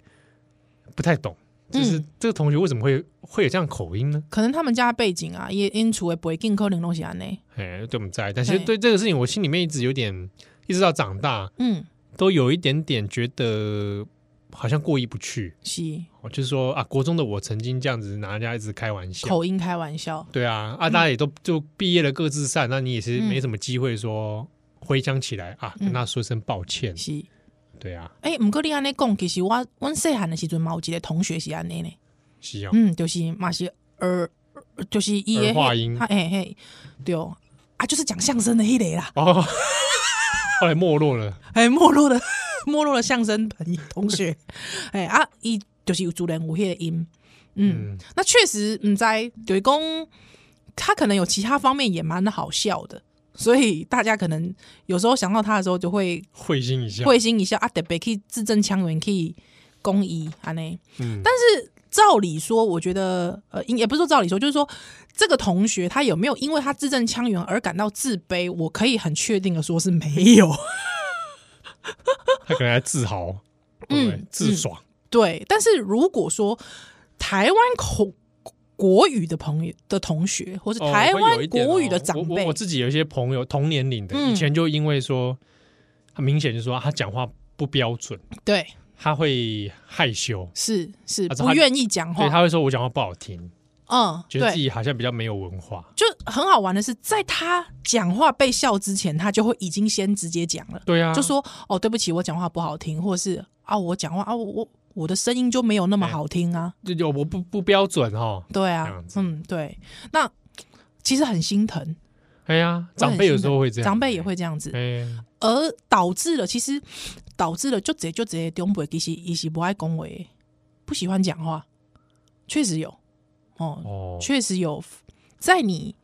不太懂。就是嗯这个同学为什么会会有这样口音呢？可能他们家背景啊，也因厝的背景可能拢是安尼。哎，对我们在，但是对对这个事情，我心里面一直有点，一直到长大嗯，都有一点点觉得好像过意不去。是哦，就是说啊，国中的我曾经这样子拿人家一直开玩笑，口音开玩笑。对啊，嗯啊，大家也都就毕业了各自散，那你也是没什么机会说回想起来啊，跟他说声抱歉，嗯是，对啊，哎，毋过你安尼讲，其实我阮细汉的时阵，嘛有一个同学是安尼呢。是啊，嗯，就是嘛是儿，就是伊儿化音他嘿嘿，对哦，啊，就是讲相声的迄个啦，哦， 后来没落了，哎，没落的 没落的相声朋友同学，哎啊，伊就是有主人有迄个音，嗯，那确实，嗯，在对公他可能有其他方面也蛮好笑的，所以大家可能有时候想到他的时候，就会会心一笑。会心一笑啊，特别去字正腔圆去攻伊安内。嗯，但是照理说，我觉得呃，应也不是说照理说，就是说这个同学他有没有因为他字正腔圆而感到自卑？我可以很确定的说是没有。他可能还自豪，对不对嗯自爽。 对，但是如果说台湾口国语的朋友的同学，或是哦台会有湾一点国语哦的长我我辈，我自己有一些朋友同年龄的，嗯以前就因为说，很明显就说他讲话不标准，对，他会害羞，是是啊这不他愿意讲对，话，他会说我讲话不好听，嗯，觉得自哦对，己好像比较没有文化。就很好玩的是，在他讲话被笑之前，他就会已经先直接讲了，对啊，就说哦，对不起，我讲话不好听，或是啊，我讲话啊，我我我的声音就没有那么哎好听啊，就就我不不标准哈。对这啊样，子嗯，对，那其实很心疼，哎呀，我很长辈有心时疼候会这样，长辈也会这样子，哎，而导致了，其实导致了，就直接就直接中北其实一是不爱恭维，不喜欢讲话，确实有哦，哦，确实有，在你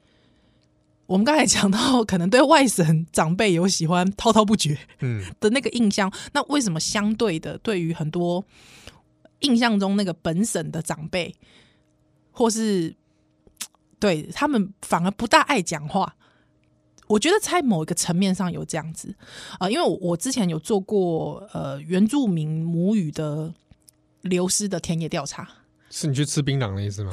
我们刚才讲到，可能对外省长辈有喜欢滔滔不绝嗯，的那个印象，那为什么相对的，对于很多印象中那个本省的长辈，或是对他们反而不大爱讲话？我觉得在某一个层面上有这样子啊、呃因为我我之前有做过呃原住民母语的流失的田野调查，是你去吃槟榔的意思 吗？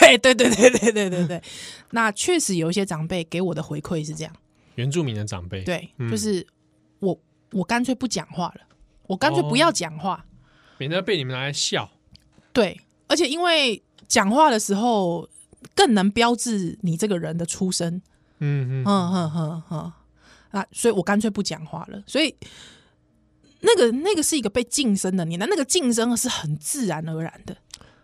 对对对对对对对对，那确实有一些长辈给我的回馈是这样。原住民的长辈，，对，嗯就是我我干脆不讲话了，我干脆不要讲话。免得被你们拿来笑。对，而且因为讲话的时候更能标志你这个人的出身，嗯嗯，嗯哼哼哼，那所以我干脆不讲话了。所以那个那个是一个被晋升的年代，那个晋升是很自然而然的。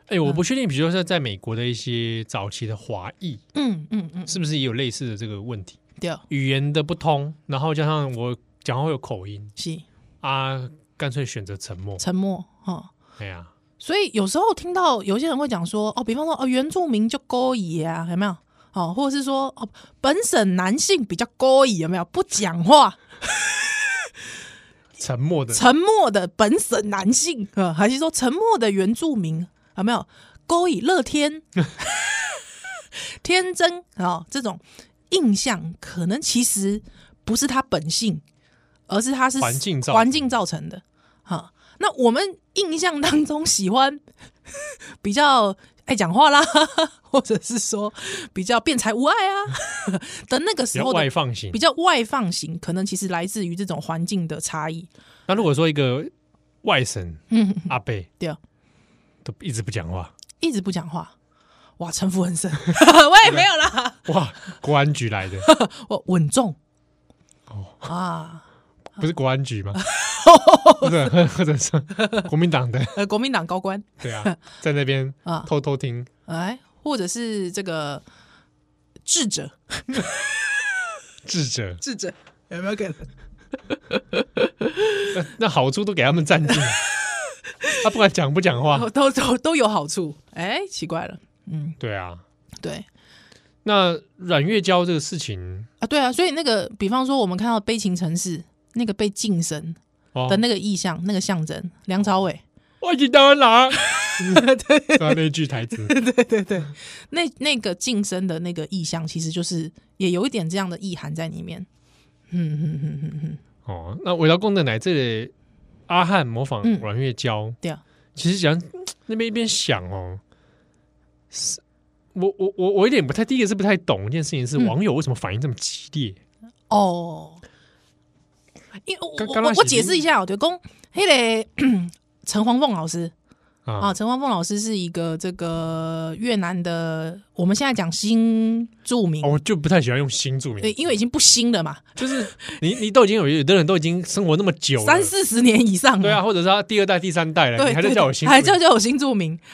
哎，嗯我不确定，比如说在美国的一些早期的华裔，嗯嗯嗯，是不是也有类似的这个问题？对，语言的不通，然后加上我讲话会有口音是啊，干脆选择沉默。沉默。嗯，哎呀，所以有时候听到有些人会讲说，哦，比方说哦，原住民就勾引啊，有没有？哦，或者是说哦，本省男性比较勾引，有没有？不讲话、沉默的，沉默的本省男性，呃，还是说沉默的原住民，有没有？勾引乐天、 天真啊、哦，这种印象，可能其实不是他本性，而是他是环境造成环境造成的。哈、那我们印象当中喜欢 比较爱讲话啦，或者是说比较辩才无碍啊的那个比时较候外的放型比。较外放型，可能其实来自于这种环境的差异。那如果说一个外省嗯，阿贝对啊，都一直不讲话，一直不讲话，哇，城府很 深。我也没有啦，哇，国安局来的，我稳重哦啊，不是国安局 吗？不是， 或者是国民党的，呃，国民党高官对 啊，在那边啊，偷偷听，哎，或者是这个智者，智者，智者有没有可能？那好处都给他们占尽 了，他不管讲不讲话，都都都有好处。哎，奇怪了，嗯，对啊。对那阮月娇这个事情，啊，对啊，所以那个，比方说我们看到《悲情城市》那个被晋升哦的，那个意象、那个象征，梁朝伟我去当哪？ 对，他那句台词，那那个晋升的那个意象，其实就是也有一点这样的意涵在里面。嗯嗯嗯嗯嗯，哦，那围绕功能奶这里，阿汉模仿嗯阮月娇，对啊，其实讲那边一边想哦，是我我我我有点不太，第一个是不太懂一件事情是嗯网友为什么反应这么激烈？哦，因为我刚刚我那我是我解释一下哦，对公那个 陈黄凤老师啊，啊，陈黄凤老师是一个这个越南的，我们现在讲新著名哦，我就不太喜欢用新著名对，，因为已经不新了嘛，就是你你都已经有有的人都已经生活那么久了，三四十年以上了。对啊，或者是他第二代、第三代了，对，你还在对叫我新著名，还叫叫我新著名。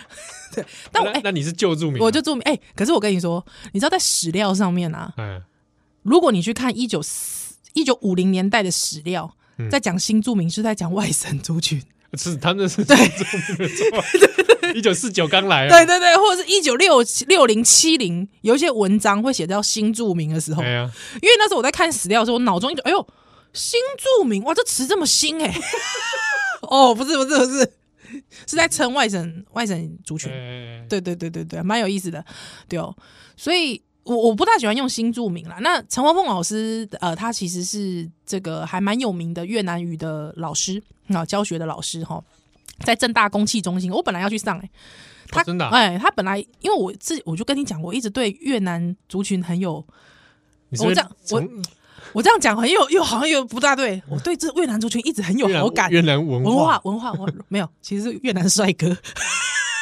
对，但我那哎、那你是旧著名，啊我就著名哎、可是我跟你说，你知道在史料上面啊，嗯，如果你去看一九嗯四一九五零年代的史料，在讲新著名是在讲外省族群，是他们是对，一九四九刚来啊，对对对，或者是一九六六零七零，有一些文章会写到新著名的时候，哎呀，因为那时候我在看史料的时候，我脑中一直哎呦，新著名哇，这词这么新哎、哦，不是不是不是，是在称外省外省族群。哎对对对对对，蛮有意思的，对哦。所以我我不大喜欢用新著名啦。那陈华凤老师，呃，他其实是这个还蛮有名的越南语的老师，啊、教学的老师哈，在正大公器中心，我本来要去上哎、他、哦真的啊哎、他本来因为我自我就跟你讲，我一直对越南族群很有，你是不是我这样我从我这样讲很有，又好像又不大对，我对这越南族群一直很有越南好感。越南文文化化文化我没有，其实是越南帅哥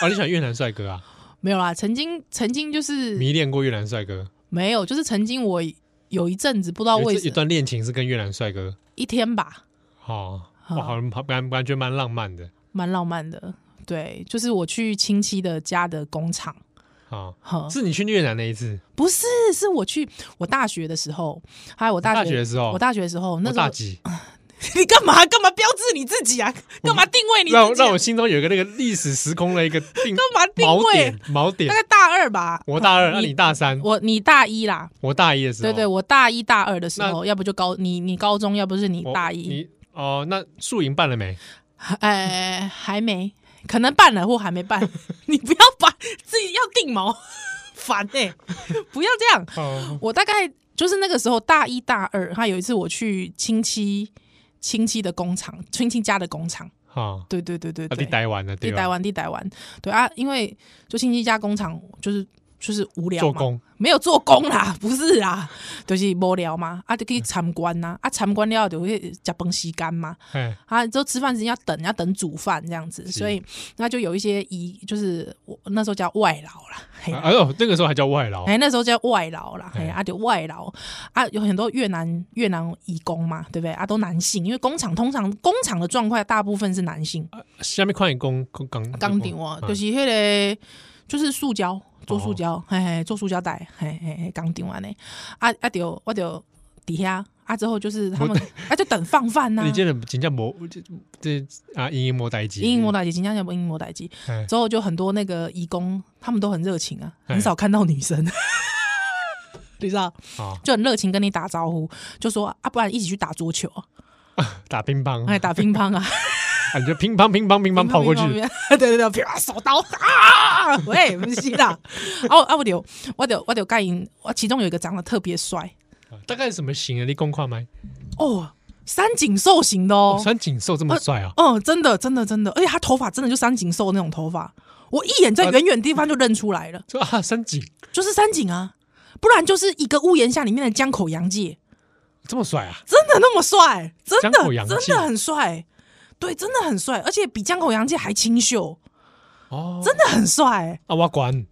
啊，你喜欢越南帅哥啊？没有啦，曾经曾经就是迷恋过越南帅哥，没有，就是曾经我有一阵子不知道有为一次一什么段恋情是跟越南帅哥，一天吧，哦，好哇，好像感感觉蛮浪漫的蛮浪漫的。对，就是我去亲戚的家的工厂，啊。哈，是你去越南那一次，不是，是我去我大学的时候，还有我大大学学的时候我大学的时候，那我时哦候大几？ 你干嘛干嘛标志你自 己啊？干嘛定位你自己啊、让让我心中有一个那个历史时空的一个 定干嘛定锚位点？锚点大。概大二吧，我大二，那啊你你大三，我你大一啦，我大一的时候，对对，我大一大二的时候，要不就高你你高中，要不是你我大一，你哦，那宿营办了没？呃，还没，可能办了或还没办。 你不要把自己要定毛，烦哎、不要这样。哦，我大概就是那个时候大一大二，他有一次我去亲戚亲戚的工厂，亲戚家的工厂，好，对对对对啊，对，你待完了，地对吧台湾地台湾，对啊，因为就亲戚家工厂就是。就是无聊做嘛工，没有做工啦，不是啦，就是无聊嘛，啊就去参观呐、啊参观了就会食饭时间嘛，哎，啊，之后吃饭时间要等，要等煮饭这样子，所以那就有一些姨，就是我那时候叫外劳啦，嘿啦哎呦，那个时候还叫外劳哎、，那时候叫外劳啦，哎、哎啊，就外劳啊，有很多越南越南移工嘛，对不对啊？都男性，因为工厂通常工厂的状况大部分是男性，下面快点工工啊工哦钢顶哦，嗯就是迄、个就是塑胶做塑胶，嘿嘿做塑胶袋，嘿嘿嘿钢顶完嘞，啊啊就我就底下啊之后就是他们啊就等放饭呐、 你这人真叫魔，这这啊，英英魔代机，英英摩打机，新疆叫英英摩打机哎，之后就很多那个义工，他们都很热情啊，哎很少看到女生， 你知道，啊，就很热情跟你打招呼，就说啊，不然一起去打桌球啊，打乒乓，哎，打乒乓啊，啊，你就乒乓乒乓嗯 乒乓跑过去，乒乓，乒乓对对对，啪，手刀啊，喂， 不是啦，啊我啊我就我就我就盖因，我其中有一个长得特别帅啊大概是什么型啊？你公跨吗？哦，三井寿型的哦哦，穿紧瘦这么帅啊？嗯，真的真的真的，而且他头发真的就三井寿那种头发，我一眼呃在远远地方就认出来了。说啊，三井就是山景啊，不然就是一个屋檐下里面的江口洋介，这么帅啊？真的那么帅，真的江口洋介真的很帅，对，真的很帅，而且比江口洋介还清秀，哦，真的很帅、啊，我管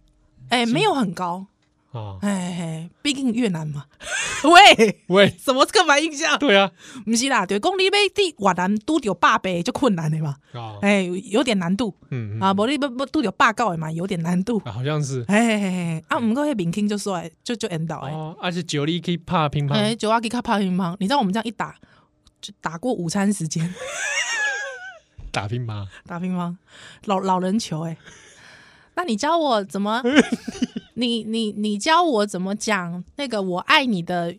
哎、没有很高，啊，哎、哎毕竟越南嘛， 喂，喂，什么刻板印象？对啊，不是啦，对，公里被地越南都有八倍就困难的嘛，啊，哎、有点难度嗯，嗯啊，无你不不都有八高的嘛，有点难度，啊，好像是哎、嘿嘿嘿啊，不过那明星就帅，就就 end 到哎。嗯哦，而且九力可以怕乒哎、乓，九阿吉卡帕乒乓，你知道我们这样一打，就打过午餐时间 打乒乓，打乒乓，老老人球哎、那你教我怎么？你你你教我怎么讲那个我爱你的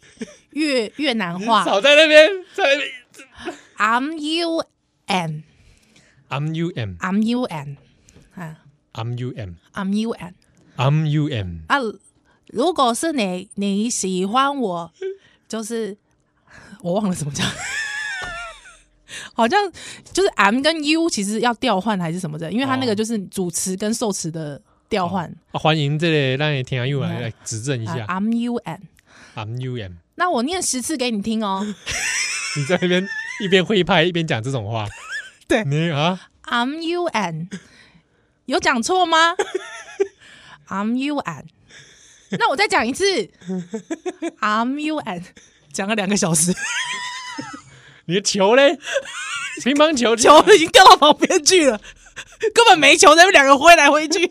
越越南话少在那边，在那边？I'm you and ，I'm U M I'm you and 啊 I'm U M I'm you and I'm U M，啊！如果是你你喜欢我，就是我忘了怎么讲， 好像就是 M 跟 U 其实要调换还是什么的，因为它那个就是主词跟受词的调换。啊，欢迎这里让你听下又来来指正一啊下 M U N， I'm U M，那我念十次给你听哦。你在那边一边挥拍一边讲这种话， 对你啊， M U N，有讲错吗 ？M U N，那我再讲一次 M U N，讲了两个小时。你的球 嘞，乒乓球球已经掉到旁边去了， 根本没球，他们两个挥来挥 去，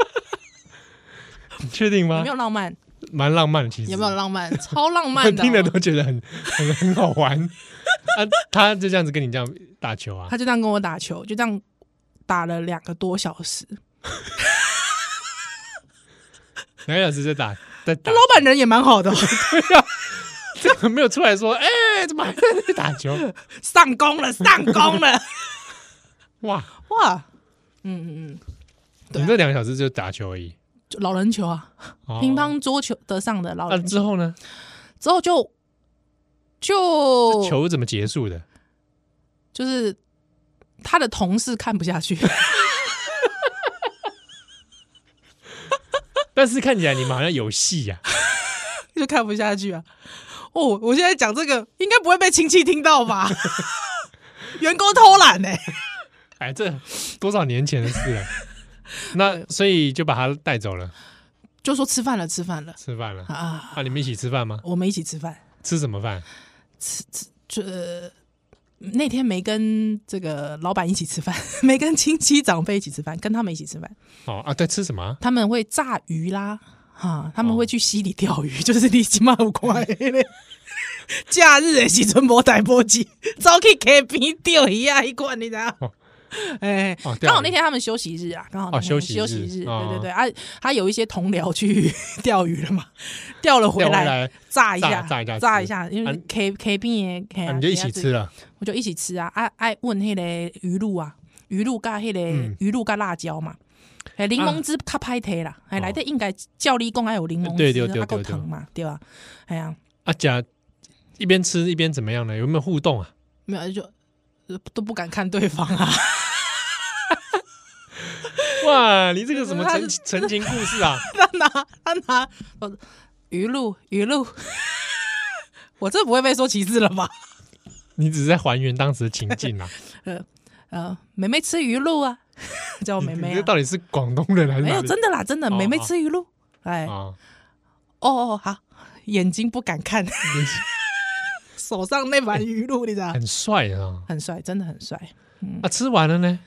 你确定有吗没？有浪 漫？蛮浪漫的，其实有没有浪漫？超浪我漫的、哦听了都觉得 很很很好玩。啊，他就这样子跟你这样打球啊他，就这样跟我打球，就这样打了两个多小 时，两个小时在打，在打老，板人也蛮好的哦，这 个没有出来说，哎、怎么还在那里打 球？ 上工了，上工了，哇， 哇，嗯嗯嗯，对啊你这两个小时就打球而已，就老人球啊，哦啊乒乓桌球得上的老那、人球，之后呢？之后就就球怎么结束的？就是他的同事看不下去，但是看起来你们好像有戏啊呀、就看不下去啊。哦，我现在讲这个应该不会被亲戚听到吧？ 员工偷懒呢、哎，这多少年前的事 了。那所以就把他带走了，就说吃饭了，吃饭了吃饭了。啊，啊，你们一起吃饭吗？我们一起吃饭。吃什么饭？就、呃那天没跟这个老板一起吃饭，没跟亲戚长辈一起吃饭，跟他们一起吃饭。哦啊，对，吃什么啊、他们会炸鱼啦，啊，他哦们会去溪里钓鱼， 就是你起码有看的咧。假日的时阵无代无志，走去溪边钓鱼啊，迄款你知道哦？哎、哦，钓刚好鱼那天他们休息日啊，刚好那哦天休息日休息日，哦对对对啊，他有一些同僚去 钓鱼了嘛，钓了回钓来回来炸一下，炸炸一下吃炸一下，因啊为 K K 边的，啊你就一起吃了，了。我就一起吃啊，爱爱问迄个鱼露啊，鱼露加迄嗯个鱼露加辣椒嘛。哎，柠檬汁较歹摕啦，哎，哦来底应该照理讲还有柠檬对汁，对对还对对够糖嘛，对吧？哎呀，啊，甲一边吃一边怎么样呢？有没有互动啊？没有就呃都不敢看对方 啊，哇，你这个什么他陈陈情故事啊？ 他拿他拿我鱼露鱼露，我这不会被说歧视了吧？你只是在还原当时的情境 啊。呃，妹妹吃鱼露啊， 叫我妹你妹这啊，到底是广东人还是没哪有里真的啦，真的哦妹妹哦吃鱼露，哎，哦啊？哦好，眼睛不敢看，你手上那盘鱼露，你知 道，很帅啊！很帅，真的很帅。啊，吃完了呢？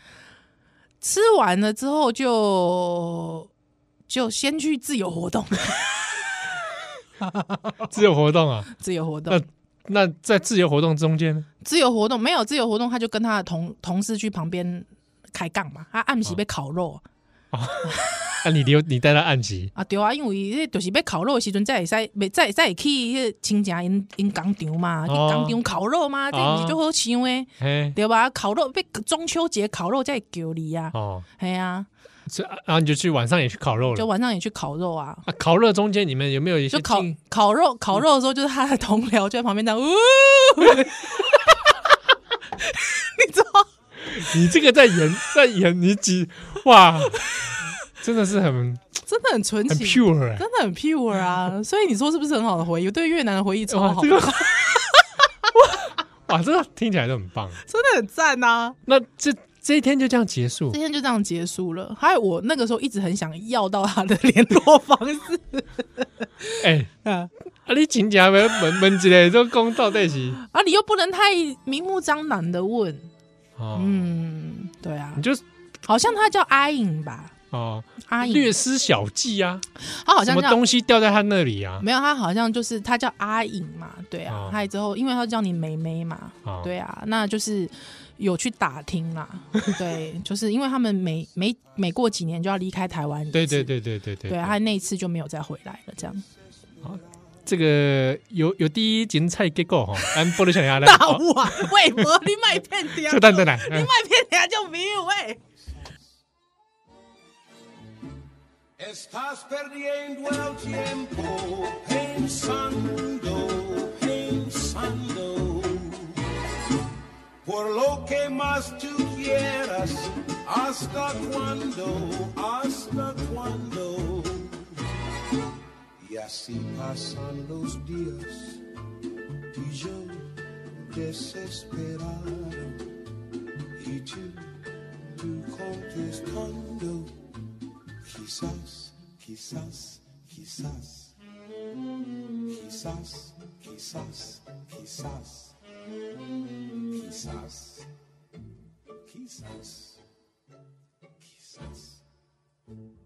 吃完了之后就就先去自由活动，自由活动啊？ 自由活那动，那在自由活动中间呢？嗯自由活动没有自由活动，他就跟他的同同事去旁边开杠嘛，他暗时被烤肉啊，你留你带他暗集啊，对啊，因为那就是被烤肉的时阵才会使，没才才会去迄亲戚因因工厂嘛，去哦工厂烤肉嘛，这哦不是就好想诶，嘿对吧？烤肉被中秋节烤肉才会叫你啊，哦，哎呀，所以啊然后你就去晚上也去烤肉就了。晚上也去烤肉啊，啊，烤肉中间你们有没有一些就烤进嗯烤肉，烤肉的时候就是他的同僚就在旁 边这样，呜，你知道，你这个在演 在演你几哇，真的是很真的很纯很情， pure 哎、真的很 pure 啊！所以你说是不是很好的回忆？我对越南的回忆超哇 好，这个哇 哇这个听起来都很棒。真的很赞呐、啊！那这这一天就这样结束今，天就这样结束了。还有我那个时候一直很想要到他的联络方 式，哎、啊，啊你请假没门门之类都公道在起啊，你又不能太明目张胆的问，哦，嗯，对啊你，就好像他叫阿颖吧，哦阿颖，略施小计啊，他好什像么叫东西掉在他那里啊？没有，他好像就是他叫阿颖嘛，对啊哦，他、之后因为他叫你梅梅嘛，哦对啊，那就是有去打听 啦，对，就是因为他们每每每过几年就要离开台湾一次，对对对对对对对啊，他那一次就没有再回来了，这样这个有有第一芹菜结果哈，俺玻璃想要来，大雾啊，喂，伯你麦片条，哎哦就蛋蛋来，嗯你麦片条就没有喂， Estás perdiendo el tiempo pensando, pensando. Por lo que más tú quieras, hasta cuándo, hasta cuándo. Y así pasan los días y yo desesperado y tú, tú contestando. Quizás, quizás, quizás. Quizás, quizás, quizás. Quizás, quizás, quizás.